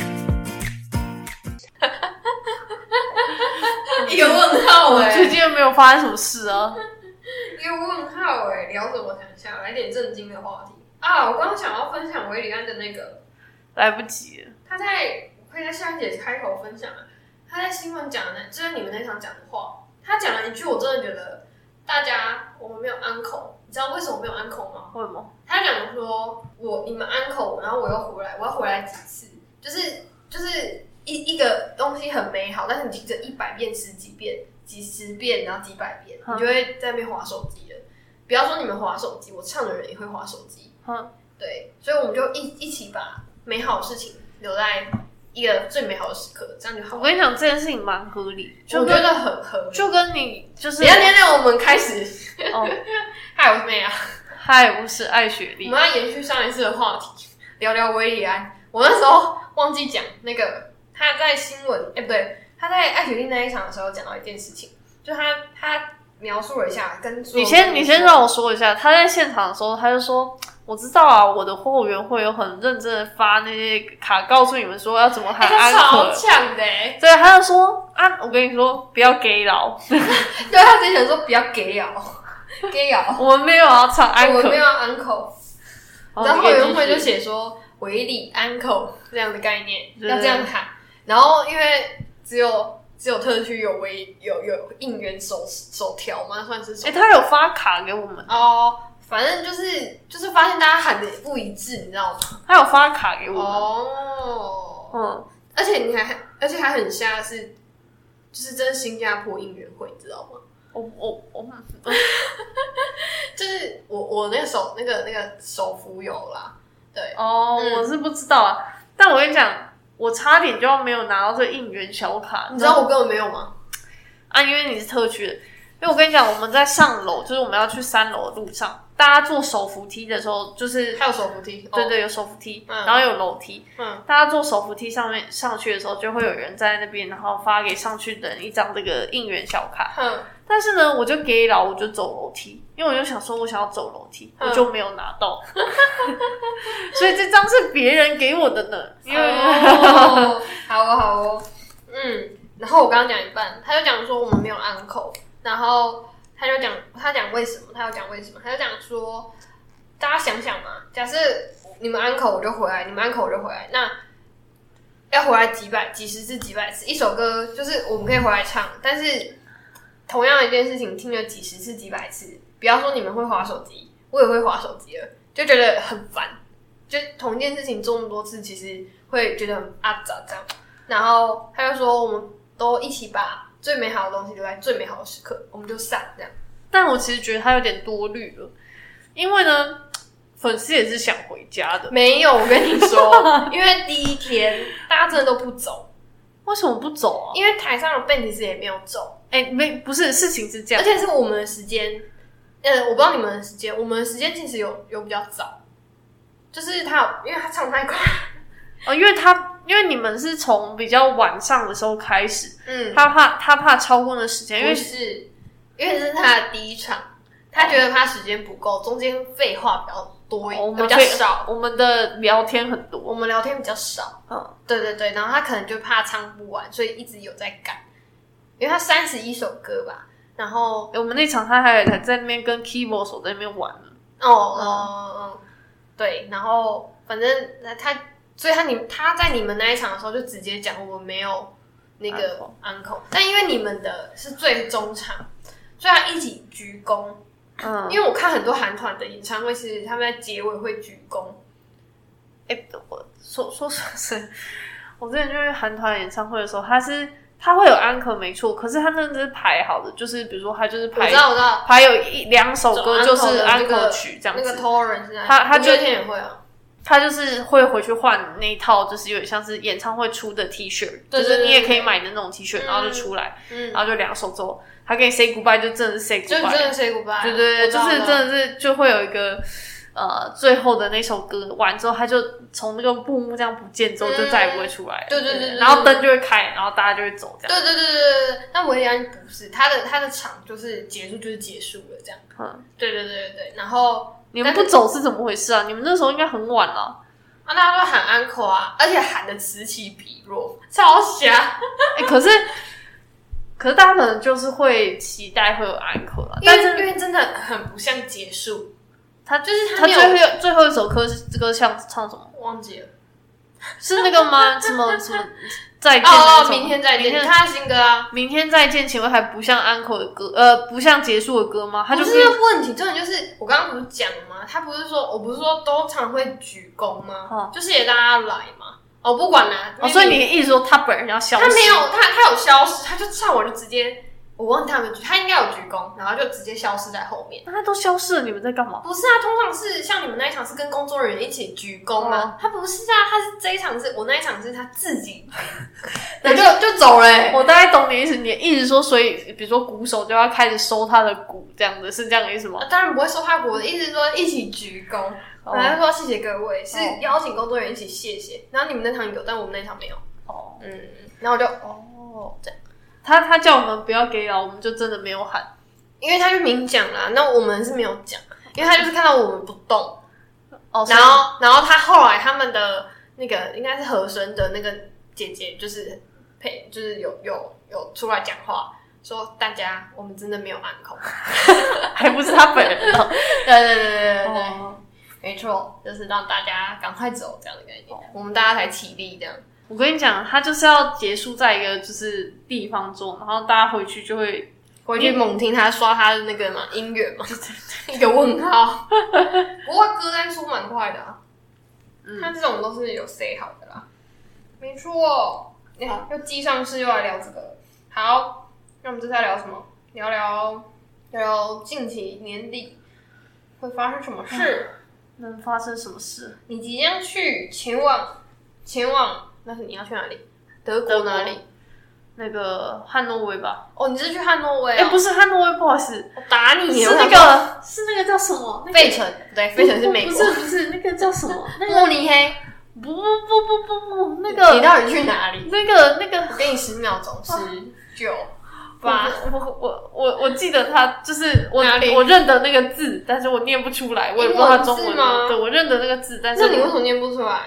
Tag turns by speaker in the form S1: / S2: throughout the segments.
S1: 哦哎发生什么事啊？
S2: 一个问号哎、聊什么？想一下，来点正经的话题啊！我刚刚想要分享维里安的那个，
S1: 来不及了，
S2: 他在我可以在下一节开头分享啊。他在新闻讲的那，就是你们那场讲的话，他讲了一句，我真的觉得大家我们没有安口，你知道为什么没有安口吗？
S1: 为什么？
S2: 他讲说，我你们安口，然后我又回来，我要回来几次？就是就是一一个东西很美好，但是你听着一百遍、十几遍、几十遍，然后几百遍，
S1: 嗯
S2: 你就会在那边划手机了。不要说你们划手机，我唱的人也会划手机。
S1: 嗯，
S2: 对，所以我们就一一起把美好的事情留在一个最美好的时刻，这样就好
S1: 我
S2: 了。
S1: 跟你讲，这件事情蛮合理，就
S2: 我觉
S1: 跟
S2: 得很合理。
S1: 就跟你就是
S2: 等一下，等一下，我们开始。
S1: 哦，
S2: 嗨，我是妹啊。
S1: 嗨，我是艾雪
S2: 我
S1: 莉，
S2: 们要延续上一次的话题，聊聊维里安。我那时候忘记讲那个他在新闻，哎、不对，他在艾雪莉那一场的时候讲到一件事情，就他他描述了一下跟所有
S1: 你先
S2: 人
S1: 你先让我说一下，他在现场的时候，他就说。我知道啊，我的后援会有很认真的发那些卡，告诉你们说要怎么
S2: 哎
S1: 喊
S2: 他
S1: 安
S2: 超
S1: 可。
S2: 强的、 欸，
S1: 对，他就说啊，我跟你说，不要给老，
S2: 对他之前说不要给咬， 给咬，
S1: 我们没有要唱安
S2: 我
S1: 可哦
S2: 没。有安口，
S1: 好
S2: 然后后援会
S1: 你可以
S2: 就
S1: 继续
S2: 写说维里安口这样的概念，
S1: 对
S2: 要这样喊。然后因为只有只有特区有维有有应援手手条吗？算是手
S1: 哎、他有发卡给我们，
S2: 哦，反正就是就是发现大家喊的不一致，你知道吗？
S1: 他有发卡给我们。
S2: 哦，
S1: 嗯，
S2: 而且你还而且还很瞎的是，就是这是新加坡应援会，你知道吗？
S1: 我我我，
S2: 就是我我那个手那个那个手幅有啦，对，
S1: 哦，
S2: 嗯
S1: 我是不知道啊。但我跟你讲，我差点就要没有拿到这应援小卡，
S2: 你知道我根本没有吗？
S1: 啊，因为你是特区的，因为我跟你讲，我们在上楼，就是我们要去三楼的路上，大家坐手扶梯的时候，就是
S2: 还有手扶梯，
S1: 对
S2: 哦，
S1: 对有手扶梯，
S2: 嗯
S1: 然后有楼梯，
S2: 嗯，
S1: 大家坐手扶梯上面上去的时候，就会有人在那边，然后发给上去的人一张这个应援小卡。
S2: 哼，
S1: 但是呢，我就给老，我就走楼梯，因为我就想说，我想要走楼梯，
S2: 嗯
S1: 我就没有拿到，所以这张是别人给我的呢。 因为、
S2: 哦，好哦，好哦，嗯。然后我刚刚讲一半，他就讲说我们没有安口，然后他就讲他讲为什么，他就讲为什么，他就讲说，大家想想嘛，假设你们安口我就回来，你们安口我就回来，那要回来几百、几十次、几百次，一首歌就是我们可以回来唱，但是同样一件事情听了几十次、几百次，不要说你们会划手机，我也会划手机了，就觉得很烦。就同一件事情做那么多次，其实会觉得很阿杂这样。然后他就说，我们都一起把最美好的东西留在最美好的时刻，我们就散这样。
S1: 但我其实觉得他有点多虑了，因为呢，粉丝也是想回家的，
S2: 没有，我跟你说，因为第一天大家真的都不走，
S1: 为什么不走啊？
S2: 因为台上的 band 其实也没有走，
S1: 哎、没，不是，事情是这
S2: 而
S1: 样，
S2: 且是我们的时间，呃，我不知道你们的时间，我们的时间其实有有比较早，就是他有，因为他唱太快，
S1: 哦，因为他，因为你们是从比较晚上的时候开始，
S2: 嗯，
S1: 他怕他怕超过那时间，因
S2: 因为
S1: 为
S2: 是，因为这是他的第一场，他觉得他时间不够，中间废话比较多一，
S1: 哦我
S2: 呃
S1: 们
S2: 比较
S1: 可以
S2: 少，
S1: 我们的聊天很多，
S2: 我们聊天比较少。
S1: 嗯，
S2: 对对对，然后他可能就怕唱不完，所以一直有在改，因为他三十一首歌吧，然后
S1: 我们那场他还还在那边跟 keyboard 手在那边玩呢。
S2: 哦哦哦，对，然后反正他，所以他你他在你们那一场的时候就直接讲我们没有那个 uncle，但因为你们的是最终场，所以他一起鞠躬。
S1: 嗯，
S2: 因为我看很多韩团的演唱会，是他们在结尾会鞠躬，
S1: 哎、我说说说是，我之前就是韩团演唱会的时候，他是他会有安可没错，可是他真的是排好的，就是比如说他就是
S2: 我
S1: 排
S2: 知道，我知道，
S1: 排有一两首歌就是安可
S2: 口
S1: 曲这样
S2: 那
S1: 子，
S2: 个 Torrent 是哪里
S1: 他他
S2: 五月
S1: 就
S2: 天也会啊，
S1: 他就是会回去换那一套，就是有点像是演唱会出的 T 恤，
S2: 对对
S1: 就是你也
S2: 对
S1: 可以买的那种 T 恤，然后就出来，
S2: 嗯，
S1: 然后就两首之后，他跟你 say goodbye 就真的是 say
S2: 就
S1: goodbye，
S2: 真的 say goodbye，
S1: 对对对，
S2: 我知
S1: 就
S2: 道我
S1: 是
S2: 知道
S1: 真的是就会有一个呃最后的那首歌完之后，他就从那个布幕这样不见之后，
S2: 嗯
S1: 就再也不会出来了。
S2: 对对对对
S1: 然后灯就会开，然后大家就会走这样。
S2: 对对对对对对，但维里安不是，他的他的场就是结束就是结束了这样，
S1: 嗯，
S2: 对对对对对，然后
S1: 你们不走是怎么回事啊？你们那时候应该很晚了、
S2: 啊大家都喊 uncle 啊，而且喊的此起彼落，超瞎，
S1: 哎，可是可是大家可能就是会期待会有安可啦，
S2: 因
S1: 但
S2: 为因
S1: 是
S2: 为真的很不像结束，
S1: 他
S2: 就是
S1: 他
S2: 没有
S1: 最后最后一首歌是这个像唱什么？
S2: 忘记了
S1: 是那个 吗？什么什么再见那
S2: 哦，
S1: 种？
S2: 明天再
S1: 明
S2: 见，
S1: 天
S2: 他的新歌啊，
S1: 明天再见，请问还不像安可的歌，呃，不像结束的歌吗？他就
S2: 不
S1: 是
S2: 是这个问题，重点就是我刚刚不是讲了吗？他不是说我不是说都常会鞠躬吗？
S1: 嗯
S2: 就是也大家来嘛，哦不管啦、
S1: 哦，所以
S2: maybe-
S1: 你的意思说他本人要消失？
S2: 他没有，他他有消失，他就唱完就直接，我忘记他们鞠，他应该有鞠躬，然后就直接消失在后面。
S1: 那他都消失了，你们在干嘛？
S2: 不是啊，通常是像你们那一场是跟工作人员一起鞠躬嘛，他不是啊，他是这一场是我那一场是他自己， 那就就走了、欸。
S1: 我大概懂你的意思，你的意思说，所以比如说鼓手就要开始收他的鼓，这样子是这样的意思吗？
S2: 哦当然不会说话，我的意思是说一起鞠躬，
S1: 哦
S2: 然后说谢谢各位，是
S1: 哦
S2: 邀请工作人员一起谢谢。然后你们那场有，但我们那场没有。
S1: 哦
S2: 嗯，然后我就
S1: 哦，这样，他他叫我们不要给老，我们就真的没有喊。
S2: 因为他就明讲啦，那我们是没有讲，因为他就是看到我们不动，
S1: 哦，
S2: 然后，然后他后来他们的那个应该是和声的那个姐姐，就是配，就是有有有出来讲话，说大家我们真的没有暗口。
S1: 所以还不是他本人 哦。
S2: 对对对对对对，
S1: 哦
S2: 没错，就是让大家赶快走这样的概念，哦我们大家才起立这样。
S1: 我跟你讲，他就是要结束在一个就是地方做，然后大家回去就会
S2: 回去猛听他刷他的那个嘛音乐嘛，一个问号。不过歌单出蛮快的啊，
S1: 嗯
S2: 他这种都是有 say 好的啦。没错，你好，又记上是又来聊这个了。好，那我们这次要聊什么？聊聊聊聊近期年底会发生什么事？
S1: 能发生什么事？
S2: 你即将去前往前往，那是你要去哪里？德
S1: 德
S2: 国
S1: 国
S2: 哪里？
S1: 那个汉诺威吧？
S2: 哦，你是去汉诺威、
S1: 哎、
S2: 啊？
S1: 不是汉诺威，不好意思，
S2: 我打你！
S1: 是
S2: 我想
S1: 那
S2: 说
S1: 个是那个叫什么？那个
S2: 费城，不对，费城是美国
S1: 不，是不是那个叫 什么？那个
S2: 慕尼黑。
S1: 不不不不不不，那
S2: 你
S1: 个
S2: 到底去哪里？
S1: 那个那个，
S2: 我给你十秒钟，十九八，
S1: 我我我我我记得他就是我
S2: 嗯哪里
S1: 我认得那个字，但是我念不出来，我也不知道他中文
S2: 英文字吗
S1: 对，我认得那个字，但是
S2: 那你为什
S1: 我
S2: 么念不出来？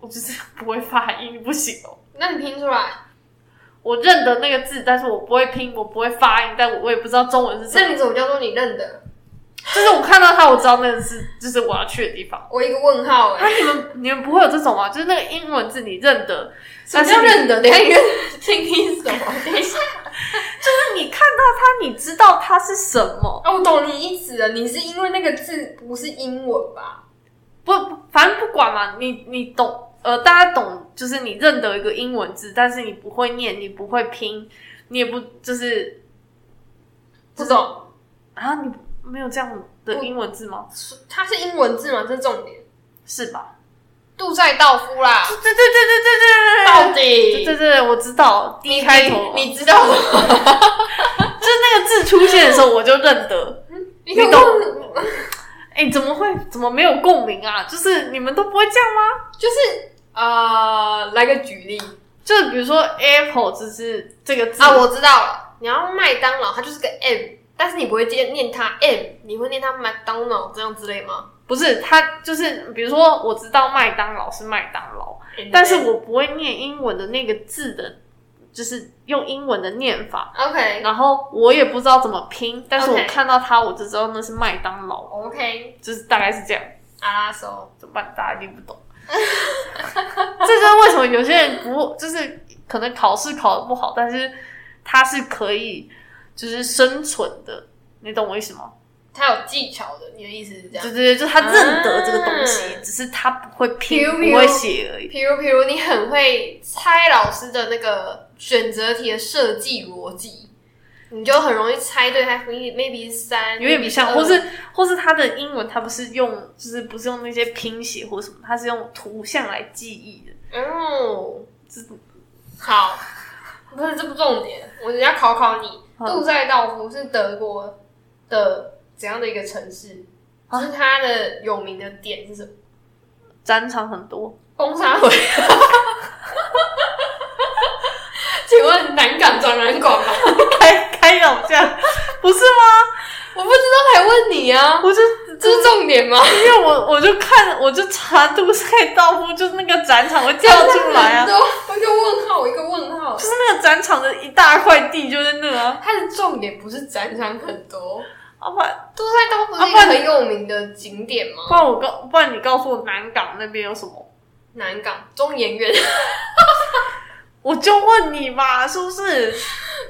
S1: 我就是不会发音，不行哦。
S2: 那你拼出来？
S1: 我认得那个字，但是我不会拼，我不会发音，但我也不知道中文是什
S2: 那
S1: 么。
S2: 你怎么叫做你认得？
S1: 就是我看到它，我知道那个是就是我要去的地方。
S2: 我一个问号
S1: 啊
S2: 哎，，
S1: 你们你们不会有这种吗？就是那个英文字你认得，
S2: 什么叫认得？等一下你认定义什么？等一 下，
S1: 就是你看到它，你知道它是什么。
S2: 哦，我懂你意思了，你是因为那个字不是英文吧？
S1: 不，不反正不管嘛，你你懂，呃，大家懂，就是你认得一个英文字，但是你不会念，你不会拼，你也不就是
S2: 不懂，
S1: 啊，你没有这样的英文字吗？
S2: 它是英文字吗？这是重点。
S1: 是吧？
S2: 杜塞道夫啦，
S1: 对对对对对对对
S2: 到
S1: 对。对
S2: 底
S1: 对对，我知道第一开头，
S2: 你你啊知道吗？
S1: 就是那个字出现的时候，我就认得。
S2: 你
S1: 懂
S2: 懂？
S1: 哎、怎么会？怎么没有共鸣啊？就是你们都不会这样吗？
S2: 就是呃，来个举例。
S1: 就是比如说 apple，就是这个字
S2: 啊，我知道了，你要麦当劳，它就是个 M，但是你不会接念它 M，你会念它麦当劳这样之类吗？
S1: 不是它，就是比如说我知道麦当劳是麦当劳，但是我不会念英文的那个字的，就是用英文的念法，
S2: OK
S1: 然后我也不知道怎么拼，但是我
S2: OK
S1: 看到它我就知道那是麦当劳，
S2: OK
S1: 就是大概是这样。
S2: 阿拉手，
S1: 怎么办？大家一定不懂。 这就是为什么有些人不就是可能考试考的不好，但是他是可以就是生存的，你懂我意思吗？
S2: 它有技巧的，你的意思是这样
S1: 对？对对，就是他认得这个东西，
S2: 嗯
S1: 只是他不会拼，
S2: Pew
S1: 不
S2: pew
S1: 会写而已。
S2: 比如，比如你很会猜老师的那个选择题的设计逻辑，你就很容易猜对它 maybe 三，
S1: 有点不像，
S2: maybe
S1: 或
S2: 二
S1: 是或是他的英文，他不是用就是不是用那些拼写或什么，他是用图像来记忆的。
S2: 哦，
S1: 这
S2: 好，不是这不重点，我只要考考你，
S1: 好
S2: 杜塞道夫是德国的怎样的一个城市？
S1: 啊
S2: 就是它的有名的点是什 么？
S1: 战场很多，
S2: 崩沙回。请问南港转南广吗？
S1: 开开朗这样，不是吗？
S2: 我不知道还问你啊，
S1: 我就
S2: 这是重点 吗？
S1: 因为我我就看我就查都市盖道夫，就是那个展场会跳出来啊，
S2: 都一个问号，一个问号
S1: 就。是那个展场的一大块地就在那啊，
S2: 它的重点不是展场很多，
S1: 啊不然
S2: 都在都不是一个
S1: 啊不然
S2: 很有名的景点吗？
S1: 不然我告不然你告诉我南港那边有什么？
S2: 南港、中研院
S1: 我就问你嘛，是不是？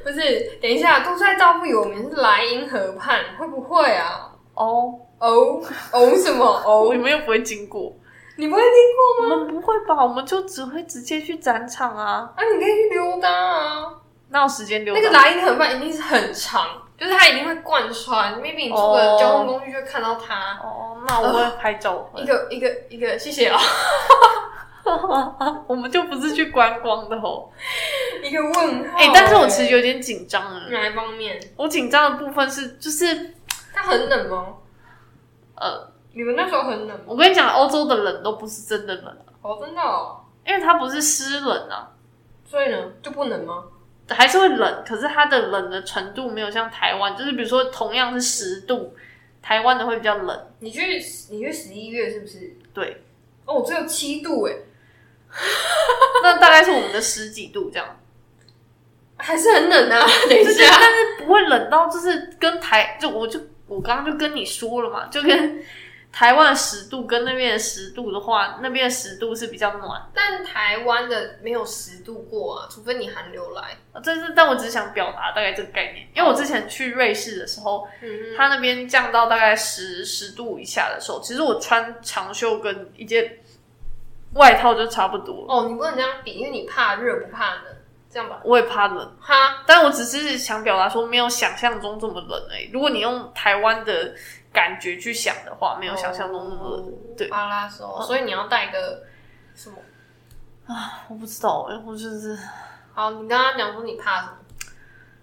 S2: 不是？等一下，都在道不有名是莱茵河畔，会不会啊？
S1: 哦，
S2: 哦哦什么哦？
S1: 我们又不会经过，
S2: 你不会听
S1: 我
S2: 过吗？
S1: 们不会吧？我们就只会直接去展场啊，
S2: 啊，你可以去溜达啊。
S1: 哪有时间留？
S2: 那个莱茵河畔一定是很长，就是它一定会贯穿。maybe 你坐
S1: 哦
S2: 个交通工具就会看到它。
S1: 哦，那我会拍照 会
S2: 一个一个一个，谢谢啊！
S1: 我们就不是去观光的哦。
S2: 一个问号。哎
S1: 哎、但是我其实有点紧张啊。
S2: 哪一方面？
S1: 我紧张的部分是，就是
S2: 它很冷吗？
S1: 呃，
S2: 你们那时候很冷吗？
S1: 我跟你讲，欧洲的冷都不是真的冷，啊
S2: 哦，真的哦。
S1: 因为它不是湿冷啊，
S2: 所以呢，就不能吗？
S1: 还是会冷，可是它的冷的程度没有像台湾，就是比如说同样是十度，台湾的会比较冷，
S2: 你去你去十一月是不是？
S1: 对，
S2: 哦，我只有七度哎，
S1: 那大概是我们的十几度这样。
S2: 还是很冷啊。 等一
S1: 就是
S2: 下，
S1: 但是不会冷到就是跟台就我就我刚刚就跟你说了嘛，就 跟台湾的十度跟那边的十度的话，那边的十度是比较暖。
S2: 但台湾的没有十度过啊，除非你寒流来。
S1: 呃这是，但我只是想表达大概这个概念，因为我之前去瑞士的时候，
S2: 哦嗯
S1: 它那边降到大概十十度以下的时候，其实我穿长袖跟一件外套就差不多了。
S2: 哦，你不能这样比，因为你怕热不怕冷，这样吧？
S1: 我也怕冷，
S2: 哈，
S1: 但我只是想表达说，没有想象中这么冷诶、如果你用台湾的感觉去想的话，没有想象中那么冷。
S2: 哦
S1: 对
S2: 巴拉手，所以你要带个什么？
S1: 我不知道哎、我就是
S2: 好，你刚刚讲说你怕什么？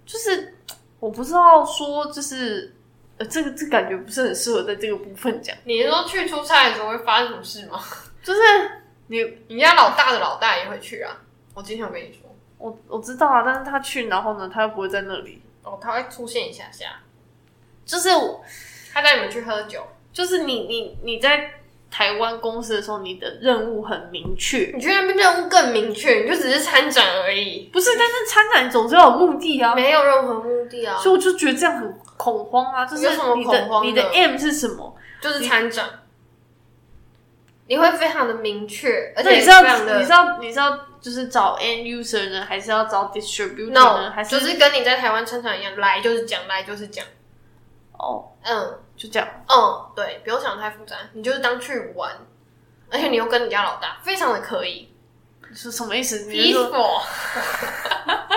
S1: 就是我不知道说就是呃，这个这感觉不是很适合在这个部分讲，
S2: 你是说去出差的时候会发生什么事吗？
S1: 就是你
S2: 你家老大的老大也会去啊，我之前有跟你说，
S1: 我我知道啊，但是他去，然后呢，他又不会在那里，
S2: 哦，他会出现一下下，
S1: 就是我
S2: 他带你们去喝酒，
S1: 就是你你你在台湾公司的时候，你的任务很明确，
S2: 你去那边任务更明确，你就只是参展而已，
S1: 不是？但是参展总是要有目的啊，
S2: 没有任何目的啊，
S1: 所以我就觉得这样很恐慌啊，就是
S2: 有什么
S1: 你
S2: 恐
S1: 的
S2: 慌的
S1: 你的 M 是什么？
S2: 就是参展，你会非常的明确，而
S1: 那
S2: 且
S1: 你是
S2: 非
S1: 要
S2: 常
S1: 你是
S2: 的
S1: 要你是要就是找 end user 呢，还是要找 distributor 呢
S2: no，
S1: 还是
S2: 就是跟你在台湾参展一样，来就是讲，来就是讲，
S1: 哦
S2: 嗯
S1: 就这样。
S2: 嗯，对，不用想太复杂，你就是当去玩，而且你又跟你家老大，非常的可以
S1: 是什么意思？你是说
S2: ，peaceful。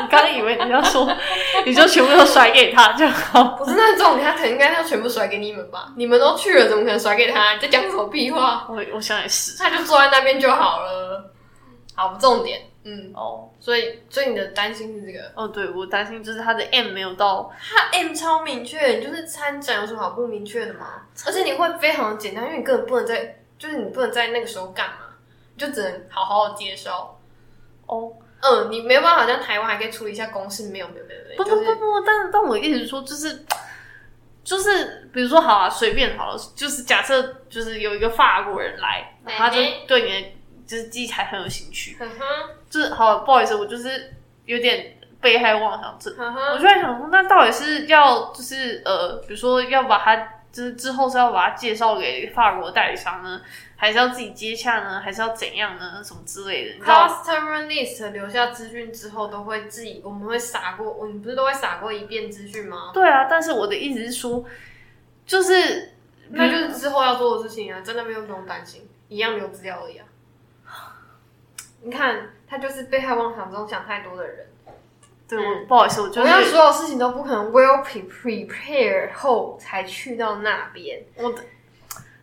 S1: 你刚刚以为你要说，你就全部都甩给他就好？
S2: 不是那种，他可能应该要全部甩给你们吧？你们都去了，怎么可能甩给他？你在讲什么屁话？
S1: 我我想也是
S2: 他就坐在那边就好了。好，不重点。嗯，
S1: 哦
S2: 所以所以你的担心是这个，
S1: 哦，对我担心就是他的 M 没有到，
S2: 他 M 超明确，你就是参展有什么好不明确的吗？而且你会非常简单，因为你根本不能在，就是你不能在那个时候干嘛，你就只能好好的接收。
S1: 哦，
S2: 嗯，你没有办法像台湾还可以处理一下公事，没有没有没有没
S1: 不
S2: 有，就
S1: 不不
S2: 是
S1: 不，但但我一直说就是就是，比如说好啊，随便好了，就是假设就是有一个法国人来，然后他就
S2: 嘿嘿
S1: 对你的就是机台很有兴趣，
S2: 哼嗯哼
S1: 就是好不好意思，我就是有点被害妄想症。
S2: 嗯哼
S1: 我
S2: 哼，
S1: 就在想说，那到底是要就是呃，比如说要把它就是之后是要把它介绍给法国代理商呢，还是要自己接洽呢，还是要怎样呢，什么之类的，你知道？
S2: customer list 留下资讯之后，都会自己我们会撒过，我们不是都会撒过一遍资讯吗？
S1: 对啊，但是我的意思是说，就是
S2: 那就是之后要做的事情啊，真的没有不用担心，一样留资料而已啊。你看，他就是被害妄想症想太多的人。
S1: 对
S2: 嗯
S1: 我不好意思，我就
S2: 我要
S1: 是
S2: 所有事情都不可能 well pre prepare 后才去到那边。
S1: 我的，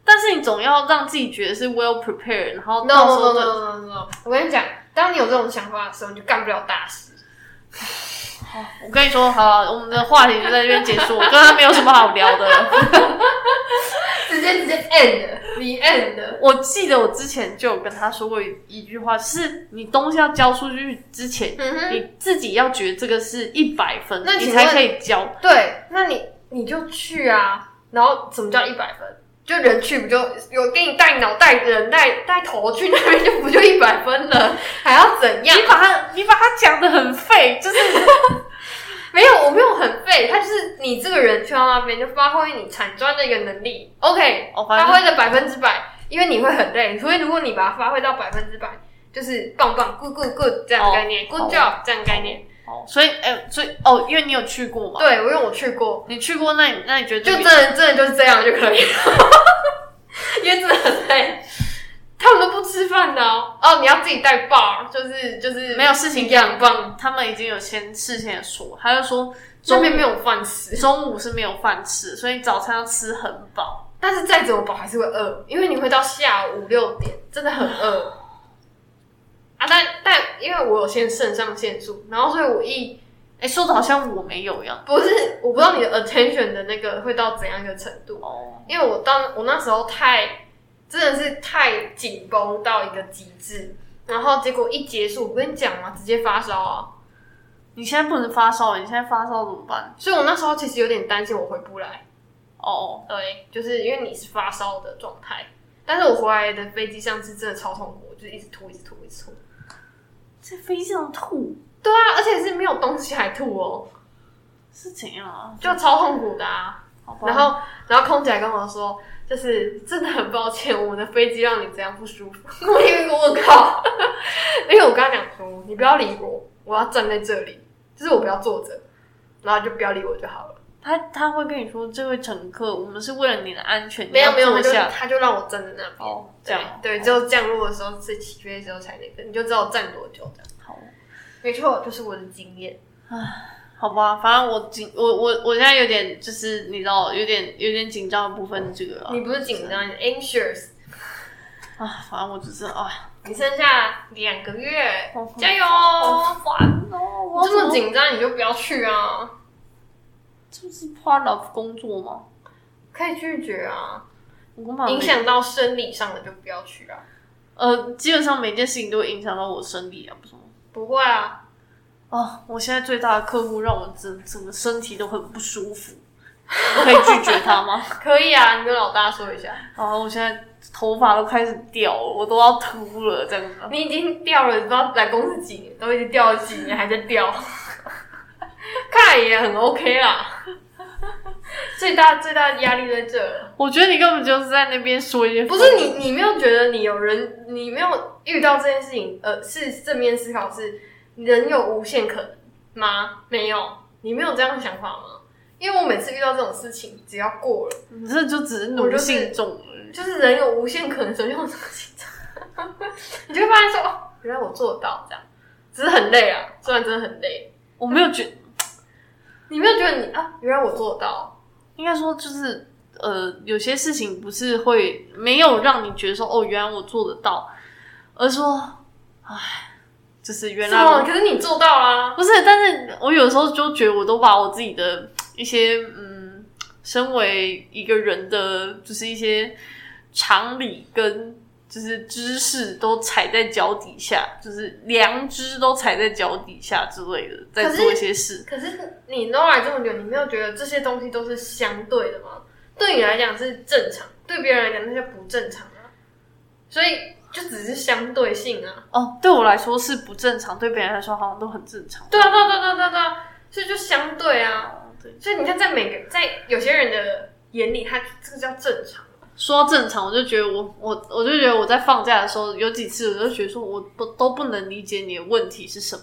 S1: 但是你总要让自己觉得是 well prepared，然后
S2: No
S1: 到时
S2: no no
S1: 候的
S2: no no no！我跟你讲，当你有这种想法的时候，你就干不了大事。
S1: 我跟你说，好啊，我们的话题就在这边结束，我跟他没有什么好聊的了。
S2: 直接直接 end，你 end。
S1: 我记得我之前就有跟他说过一一句话，就是你东西要交出去之前，
S2: 嗯哼，
S1: 你自己要觉得这个是一百分，
S2: 那
S1: 你
S2: 请
S1: 才
S2: 问
S1: 可以交。
S2: 对，那你你就去啊，然后怎么叫一百分？就人去不就有给你带脑带人带带头去那边就不就一百分了，还要怎样
S1: 你？把他你把他讲的很废，就是
S2: 没有，我没有很废，他就是你这个人去到那边就发挥你产专的一个能力，OK，
S1: 哦反
S2: 发
S1: 正
S2: 挥的百分之百，因为你会很累，所以如果你把它发挥到百分之百，就是棒棒，good good good 这样的概念、
S1: 哦
S2: g o o d job 这样的概念。
S1: 哦，所以哎、所以哦，因为你有去过嘛，
S2: 对，我因为我去过，
S1: 你去过，那你那你觉得
S2: 就
S1: 最
S2: 真的真的就是这样就可以 了，因为真的很累。他们都不吃饭的哦，哦你要自己带 bar，就是就是
S1: 没有事情
S2: 一样棒，
S1: 他们已经有先事先说，他就说
S2: 这
S1: 中
S2: 边没
S1: 午
S2: 有饭吃，
S1: 中午是没有饭吃，所以早餐要吃很饱。
S2: 但是再怎么饱还是会饿，因为你会到下午六点，真的很饿。啊，但但因为我有先肾上腺素，然后所以我一
S1: 哎、说的好像我没有一样。
S2: 不是我不知道你的 attention 的那个会到怎样一个程度，
S1: 哦，
S2: 因为我当我那时候太真的是太紧绷到一个极致，然后结果一结束，我跟你讲嘛，直接发烧啊，
S1: 你现在不能发烧，你现在发烧怎么办？
S2: 所以我那时候其实有点担心我回不来。
S1: 哦，
S2: 对，就是因为你是发烧的状态，但是我回来的飞机上是真的超痛苦，就是一直吐，一直吐，一直吐。
S1: 在飞机上吐
S2: 对啊，而且是没有东西还吐哦，
S1: 是怎样啊？
S2: 就超痛苦的啊。
S1: 好吧
S2: 然后，然后空姐还跟我说，就是真的很抱歉，我们的飞机让你这样不舒服。 我以为我靠， 因为我跟他讲说，你不要理我，我要站在这里，就是我不要坐着，然后就不要理我就好了。
S1: 他他会跟你说，这位乘客，我们是为了你的安全，
S2: 没有
S1: 你
S2: 没
S1: 要
S2: 有，
S1: 坐
S2: 他就
S1: 下。
S2: 他就让我站在那边。
S1: 哦，这
S2: 对
S1: 样
S2: 对，只有降落的时候是起飞的时候才那个，你就知道我站多久这样。
S1: 好。
S2: 没错，就是我的经验。
S1: 好吧，反正我紧，我我我现在有点就是你知道，有点有点紧张的部分是这个啊
S2: 你不是紧张，你是 anxious。
S1: 啊，反正我只是啊，
S2: 你剩下两个月
S1: 好好，
S2: 加油！
S1: 烦哦，我
S2: 这么
S1: 紧，
S2: 紧张你就不要去啊，
S1: 这是 part of 工作吗？
S2: 可以拒绝啊。
S1: 我根本没
S2: 影响到生理上的就不要去啊。
S1: 呃，基本上每件事情都会影响到我生理啊，不是吗？
S2: 不会啊，
S1: 啊，我现在最大的客户让我整整个身体都很不舒服，我可以拒绝他吗？
S2: 可以啊，你跟老大说一下。
S1: 然后我现在头发都开始掉了，我都要秃了，这样子。
S2: 你已经掉了，不知道来公司几年，都已经掉了几年还在掉，看来也很 OK 啦。最大最大的压力在这了。
S1: 我觉得你根本就是在那边说一些
S2: 不是你，你没有觉得你有人，你没有遇到这件事情，呃，是正面思考是人有无限可能吗？没有，你没有这样的想法吗？因为我每次遇到这种事情，只要过了，
S1: 你这就只是奴性重而已
S2: 就是人有无限可能，所以我这个紧张， 你就会发现说，哦，原来我做得到这样，只是很累啊，虽然真的很累，
S1: 我没有觉，
S2: 你没有觉得你啊，原来我做得到，
S1: 应该说就是呃，有些事情不是会没有让你觉得说哦，原来我做得到，而是说，唉，就是原来
S2: 哦，
S1: 我
S2: 可是你做到啦，
S1: 不是，但是我有时候就觉得我都把我自己的一些嗯，身为一个人的就是一些常理跟。就是知识都踩在脚底下，就是良知都踩在脚底下之类的，在
S2: 可是
S1: 做一些事。
S2: 可是你都来这么久，你没有觉得这些东西都是相对的吗？对你来讲是正常，对别人来讲那些不正常啊。所以就只是相对性啊。
S1: 哦，对我来说是不正常，对别人来说好像都很正常。
S2: 对啊，对啊，对啊，对啊，对啊，所以就相对啊。
S1: 对，
S2: 所以你看，在每个在有些人的眼里，他这个叫正常。
S1: 说到正常，我就觉得我我我就觉得我在放假的时候，有几次我就觉得说我不都不能理解你的问题是什么。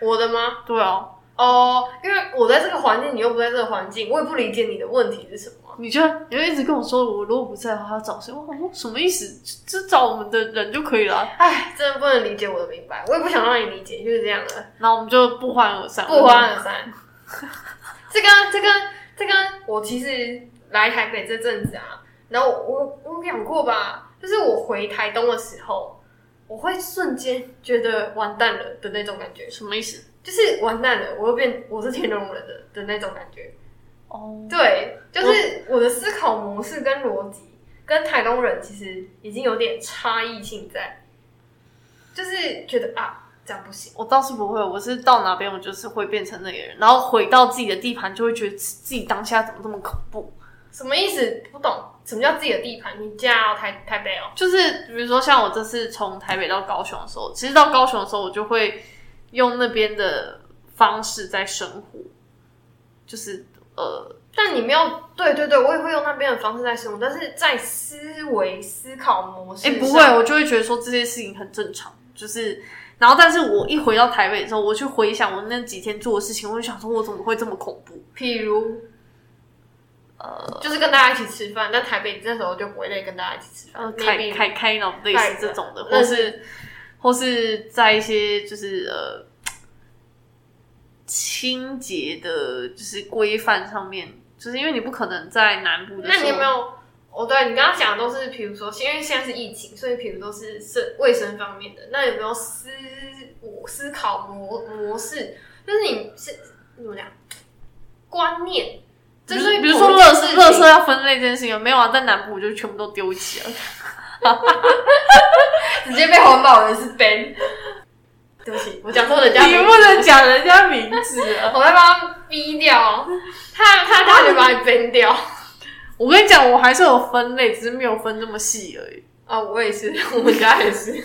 S2: 我的吗？
S1: 对啊，
S2: 哦，因为我在这个环境，你又不在这个环境，我也不理解你的问题是什么啊。
S1: 你就你就一直跟我说，我如果不在的话要找谁？我想说什么意思？只找我们的人就可以了啊。
S2: 唉，真的不能理解我的明白，我也不想让你理解，就是这样 的。
S1: 然后我们就不欢而散。
S2: 不欢而散。这个这个这个，我其实来台北这阵子啊，然后我我我讲过吧，就是我回台东的时候，我会瞬间觉得完蛋了的那种感觉，
S1: 什么意思？
S2: 就是完蛋了，我又变我是天龙人的的那种感觉。
S1: 哦，
S2: 对，就是我的思考模式跟逻辑跟台东人其实已经有点差异性在，就是觉得啊，这样不行。
S1: 我倒是不会，我是到哪边我就是会变成那个人，然后回到自己的地盘就会觉得自己当下怎么这么恐怖。
S2: 什么意思？不懂什么叫自己的地盘？你家哦，台台北哦，
S1: 就是比如说像我这次从台北到高雄的时候，其实到高雄的时候我就会用那边的方式在生活，就是呃，
S2: 但你没有对对对，我也会用那边的方式在生活，但是在思维思考模式
S1: 哎、
S2: 上，
S1: 不会，我就会觉得说这些事情很正常，就是。然后，但是我一回到台北之后，我去回想我那几天做的事情，我就想说，我怎么会这么恐怖？
S2: 譬如，呃，就是跟大家一起吃饭，但台北那时候就不会再跟大家一起吃饭
S1: 呃，，
S2: maybe
S1: 开开开脑类似这种的，或
S2: 那
S1: 是或是在一些就是呃清洁的，就是规范上面，就是因为你不可能在南部的时
S2: 那
S1: 候，
S2: 你有没有？哦，对你刚刚讲的都是，比如说，因为现在是疫情，所以比如都是生卫生方面的。那有没有思我思考模模式？就是你是怎么讲观念？
S1: 比
S2: 就
S1: 如？
S2: 是
S1: 比如说
S2: 某
S1: 垃
S2: 件事
S1: 圾，垃
S2: 情
S1: 圾要分类这件事情，没有啊，在南部我就全部都丢弃了。
S2: 直接被环保人士 ban。对不起，我讲错人家
S1: 你
S2: 名字，
S1: 不能讲人家名字啊！
S2: 我会把他逼掉，他他大学把你 ban 掉。
S1: 我跟你讲，我还是有分类，只是没有分那么细而已，
S2: 啊、我也是， 我们家也是。
S1: 就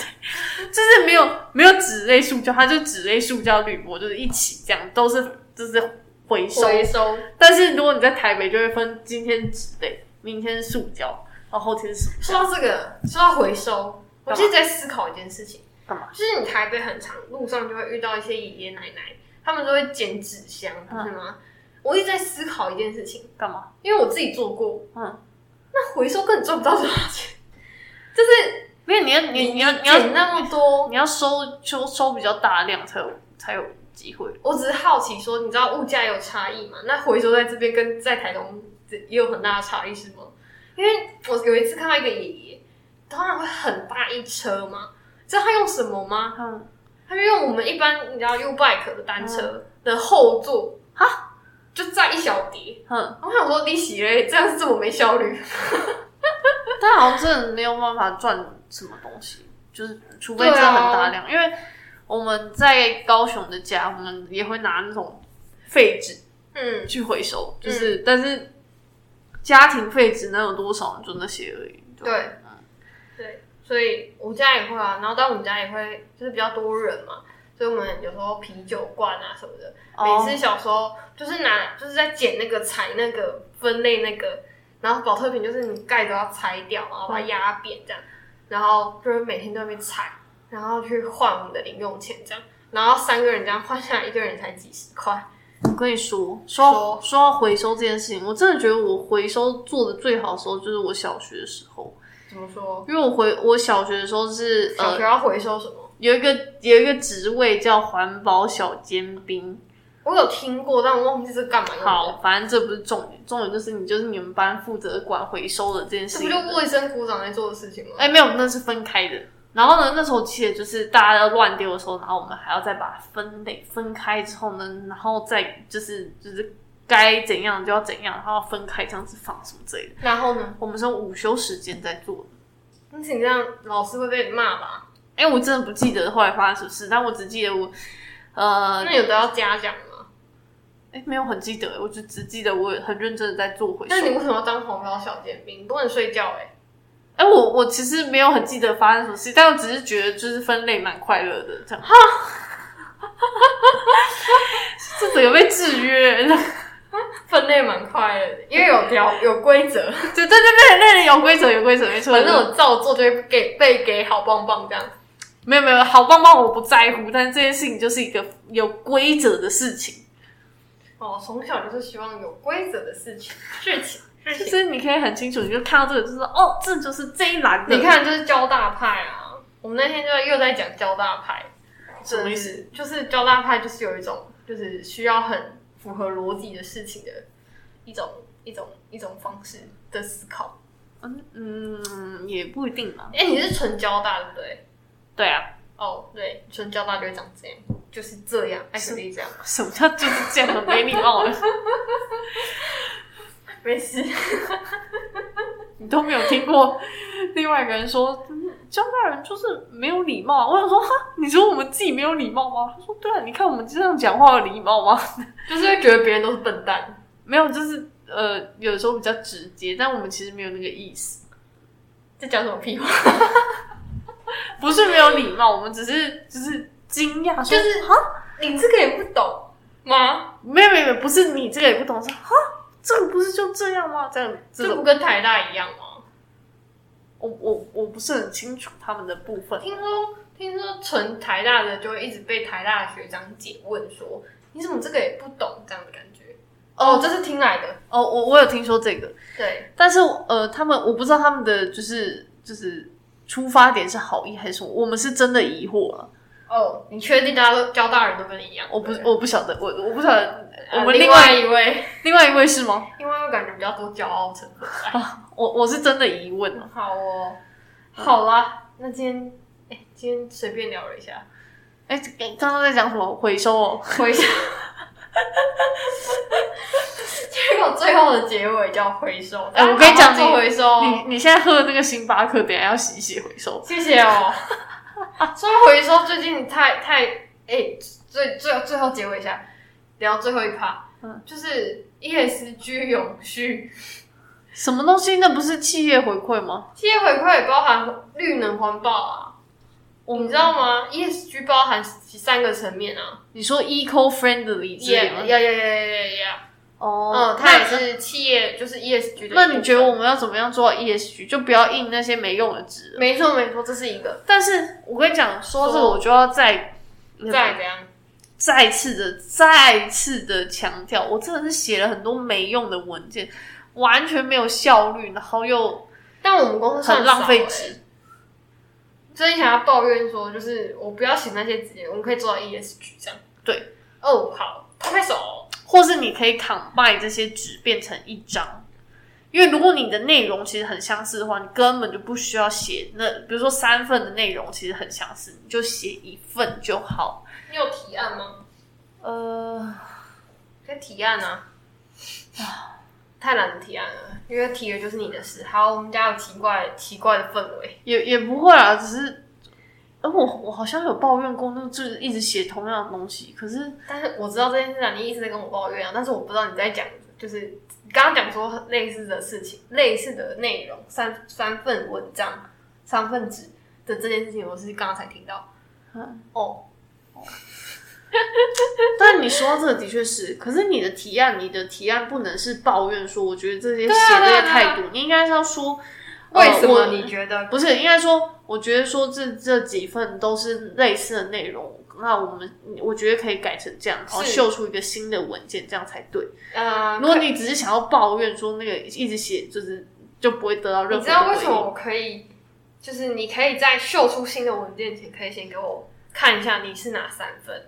S1: 是没有没有纸类塑胶，它就纸类塑胶、铝箔就是一起这样，都是就是回收
S2: 回收，
S1: 但是如果你在台北，就会分今天纸类，明天是塑胶，然后后天是
S2: 说到这个，说到回收，我
S1: 干嘛
S2: 其实在思考一件事情，
S1: 干嘛？
S2: 就是你台北很长路上就会遇到一些爷爷奶奶，他们都会捡纸箱，不
S1: 嗯
S2: 是吗？我一直在思考一件事情，
S1: 干嘛？
S2: 因为我自己做过，
S1: 嗯，
S2: 那回收根本赚不到多少钱， 就是
S1: 因为你要你你要你要
S2: 捡那么多，
S1: 你要收收收比较大量才有才有机会。
S2: 我只是好奇说，你知道物价有差异吗？那回收在这边跟在台东也有很大的差异是吗？因为我有一次看到一个爷爷，当然会很大一车嘛，知道他用什么吗？
S1: 嗯，
S2: 他就用我们一般你知道 U bike 的单车的后座
S1: 哈，
S2: 就占一小叠。
S1: 哼，
S2: 我想说，利息嘞，这样是这么没效率？
S1: 但好像真的没有办法赚什么东西，就是除非真的很大量，
S2: 啊
S1: 因为我们在高雄的家，我们也会拿那种废纸
S2: 嗯，
S1: 去回收，就是、但是家庭废纸能有多少，就那些而已。
S2: 对对，所以我家也会啊，然后但我们家也会，就是比较多人嘛，所以我们有时候啤酒罐啊什么的，
S1: 哦
S2: 每次小时候就是拿，就是在捡那个踩那个分类那个，然后保特瓶就是你盖子要拆掉，然后把它压扁这样，然后就是每天都在那边踩，然后去换我们的零用钱这样，然后三个人这样换下来，一个人才几十块。
S1: 我跟你哦说，说到
S2: 说
S1: 说到回收这件事情，我真的觉得我回收做的最好的时候就是我小学的时候，
S2: 怎么说？
S1: 因为我回我小学的时候是
S2: 小
S1: 呃
S2: 学要回收什么？
S1: 有一个有一个职位叫环保小尖兵，
S2: 我有听过，但我忘记是干嘛用的。
S1: 好，反正这不是重点，重点就是你就是你们班负责管回收的这件
S2: 这
S1: 事情
S2: 不就。卫生股长在做的事情吗？
S1: 哎、没有，那是分开的。然后呢，那时候其实就是大家要乱丢的时候，然后我们还要再把它分类分开之后呢，然后再就是就是该怎样就要怎样，然后分开这样子放什么之类的。
S2: 然后呢？
S1: 我们是用午休时间在做的。
S2: 那你这样老师会被骂吧？
S1: 哎、我真的不记得后来发生什么事，但我只记得我，呃，
S2: 那有的要嘉奖吗？
S1: 哎、没有很记得，我就只记得我很认真的在做回收。
S2: 那你
S1: 哎、
S2: 为什么要当黄标小尖兵？你不能睡觉哎、
S1: 我我其实没有很记得发生什么事，但我只是觉得就是分类蛮快乐的这样。 这整个被制约，
S2: 分类蛮快乐的，因为有条有规则，
S1: 对对对对对，有规则有规则，没错。
S2: 反正我照做就会给被给好棒棒这样。
S1: 没有没有好棒棒，我不在乎，但是这件事情就是一个有规则的事情。
S2: 哦，从小就是希望有规则的事情，事情事
S1: 就
S2: 情。
S1: 是你可以很清楚，你就看到这个，就是哦，这就是这一栏的。
S2: 你看，就是交大派啊，我们那天就又在讲交大派，
S1: 什么意思？？
S2: 就是交大派就是有一种就是需要很符合逻辑的事情的一种一种一种方式的思考。
S1: 嗯，也不一定嘛。
S2: 哎、你是纯交大对不对？
S1: 对啊，
S2: 哦，对，纯交大就会长这样，就是这样，艾可丽这样，
S1: 什么叫就是这样很没礼貌的？
S2: 没事。
S1: 你都没有听过另外一个人说，嗯江大人就是没有礼貌啊。我想说，哈，你说我们自己没有礼貌吗？他说，对啊，你看我们这样讲话有礼貌吗？
S2: 就是会觉得别人都是笨蛋。
S1: 没有，就是呃，有的时候比较直接，但我们其实没有那个意思，
S2: 在讲什么屁话？
S1: 不是没有礼 貌，我们只是就是惊讶，说
S2: 就是
S1: 哈，
S2: 你这个也不懂吗？
S1: 没有没有，没有不是你这个也不懂，是哈，这个不是就这样吗？这样这
S2: 这不
S1: 种，
S2: 跟台大一样吗？
S1: 我我我不是很清楚他们的部分。
S2: 听说听说纯台大的就会一直被台大的学长姐问说，你怎么这个也不懂这样的感觉？哦，这是听来的，
S1: 哦，我我有听说这个，
S2: 对，
S1: 但是呃，他们我不知道他们的就是就是出发点是好意还是什么，我们是真的疑惑了。
S2: 哦，你确定大家都教大人都跟你一样？
S1: 我不
S2: 对
S1: 我不晓得，我我不晓得。我
S2: 啊
S1: 们
S2: 另
S1: 呃另外
S2: 一位，
S1: 另外一位是吗？
S2: 另外一位感觉比较多骄傲成分。
S1: 我我是真的疑问啊了。
S2: 好哦，好啦，那今天哎、今天随便聊了一下，
S1: 哎，刚刚刚在讲什么回收哦？
S2: 回收。结果最后的结尾叫回收，
S1: 哎我跟你讲
S2: 大家好好做回收哦，
S1: 你你现在喝的那个星巴克，等一下要洗一洗回收。
S2: 谢谢 哦。说到回收，最近太太哎、最最最后结尾一下，聊最后一趴，
S1: 嗯
S2: 就是 ESG 永续，
S1: 什么东西？那不是企业回馈吗？
S2: 企业回馈也包含绿能环保啊，
S1: 我
S2: 你知道吗？ESG 包含三个层面啊，
S1: 你说 eco friendly 之类
S2: 也
S1: 吗？
S2: 呀呀呀呀呀。
S1: 啊哦
S2: 嗯，，它也
S1: 那。
S2: 是企业，就是 ESG 的一部分。
S1: 那你觉得我们要怎么样做到 ESG？就不要印那些没用的纸了。
S2: 没错没错，这是一个
S1: 但是我跟你讲，说到这个
S2: 说
S1: 我就要再
S2: 再怎样，
S1: 再次的再次的强调，我真的是写了很多没用的文件，完全没有效率，然后又
S2: 但我们公司算
S1: 很浪费
S2: 少欸。
S1: 纸。
S2: 所以想要抱怨说，就是我不要写那些职业，我们可以做到 ESG 这样。
S1: 对，
S2: 哦，好，拍手哦。
S1: 或是你可以 combine 这些纸变成一张，因为如果你的内容其实很相似的话，你根本就不需要写那，比如说三份的内容其实很相似，你就写一份就好。
S2: 你有提案吗？
S1: 呃，
S2: 可以提案啊。太懒得提案了，因为提的就是你的事。好，我们家有奇怪奇怪的氛围。
S1: 也也不会啊，只是，呃，我我好像有抱怨过，那就是一直写同样的东西，可是
S2: 但是我知道这件事啊，你一直在跟我抱怨啊，但是我不知道你在讲，就是你刚刚讲说类似的事情、类似的内容，三三份文章、三份纸的这件事情，我是刚刚才听到。
S1: 嗯
S2: 哦，
S1: 但你说到这个的确是，可是你的提案，你的提案不能是抱怨说，我觉得这些写
S2: 对啊对
S1: 这
S2: 啊
S1: 些
S2: 对啊
S1: 态度，你应该是要说，呃
S2: 为什么
S1: 我
S2: 你觉得？
S1: 不是应该说，我觉得说这这几份都是类似的内容，那我们我觉得可以改成这样，然后
S2: 是
S1: 秀出一个新的文件，这样才对。
S2: 呃，
S1: 如果你只是想要抱怨说那个一直写，就是就不会得到任
S2: 你
S1: 何
S2: 知
S1: 的
S2: 道为
S1: 回
S2: 什
S1: 应
S2: 么我可以，就是你可以在秀出新的文件前，可以先给我看一下你是哪三份，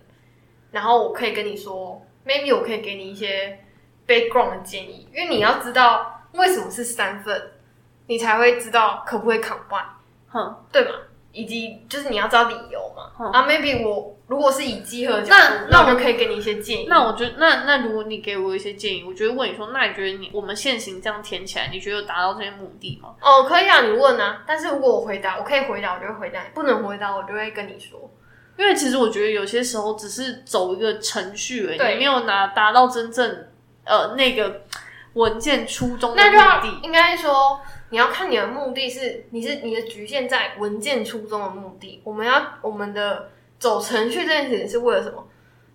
S2: 然后我可以跟你说，maybe 我可以给你一些 background 的建议，因为你要知道为什么是三份，你才会知道可不可以 combine，
S1: 哼。
S2: 对吗？以及就是你要知道理由嘛。
S1: 嗯
S2: 啊，maybe 我如果是以集合的角
S1: 那
S2: 度，
S1: 那
S2: 我
S1: 我
S2: 就可以给你一些建议。
S1: 那我觉得，那那如果你给我一些建议，我就会问你说，那你觉得你我们现行这样填起来，你觉得有达到这些目的吗？
S2: 哦，可以啊，你问啊。但是如果我回答，我可以回答，我就会回答；不能回答，我就会跟你说。
S1: 因为其实我觉得有些时候只是走一个程序而已，
S2: 对
S1: 你没有拿达到真正呃那个文件初衷的
S2: 那就要
S1: 目的。
S2: 应该说，你要看你的目的是，你是你的局限在文件初衷的目的。我们要我们的走程序这件事情是为了什么？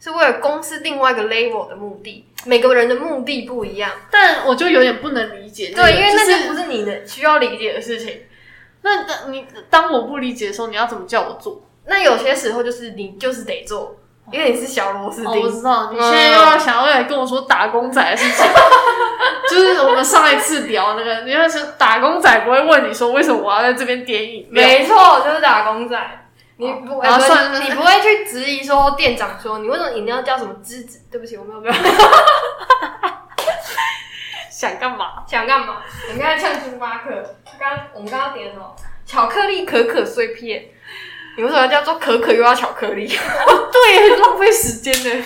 S2: 是为了公司另外一个 level 的目的。每个人的目的不一样，
S1: 但我就有点不能理解这个、
S2: 对，因为那
S1: 就是
S2: 些不是你的需要理解的事情。
S1: 那那你当我不理解的时候，你要怎么叫我做？
S2: 那有些时候就是你就是得做，因为你是小螺丝
S1: 哦，我
S2: 钉。
S1: 知道你现
S2: 嗯
S1: 在又要想要来跟我说打工仔的事情， 就是我们上一次聊那个，你要是打工仔不会问你说为什么我要在这边点饮料，
S2: 没错，就是打工仔。你不，
S1: 哦然后算了
S2: 你不会去质疑说店长说你为什么饮料叫什么栀子？对不起，我没有没有。
S1: 想干嘛？
S2: 想干嘛？我们刚才唱星巴克，刚我们刚刚点了什么？巧克力可可碎片。你为什么要叫做可可又要巧克 力？
S1: 对，很浪费时间呢。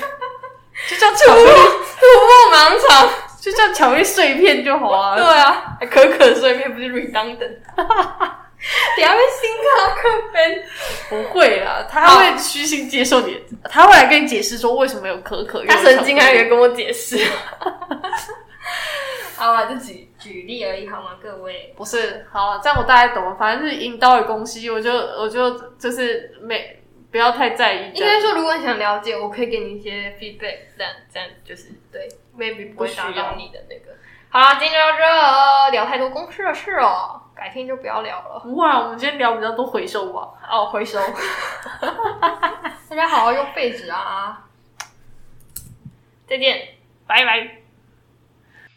S1: 就叫
S2: 突
S1: 巧克力，
S2: 破盲肠。哎
S1: 就叫巧克力碎片就好 啊。
S2: 对啊，可可碎片不是 redundant？等一下被新卡克分。
S1: 不会啦，他会虚心接受你，他会来跟你解释说为什么有可可。
S2: 他神经还
S1: 有巧
S2: 没
S1: 克力
S2: 跟我解释。 好啊，就举举例而已，好吗？各位，
S1: 不是好了，这样我大概懂了。反正就是引导的东西，我就我就就是没不要太在意。
S2: 应该说，如果你想了解，我可以给你一些 feedback，这样这样就是对，maybe 不会打
S1: 不需要
S2: 到你的那个。好啦，今天就到这哦，聊太多公司的事哦，改天就不要聊了。
S1: 不会啊，我们今天聊比较多回收吧。
S2: 哦，回收，大家好好用废纸啊！再见，拜拜。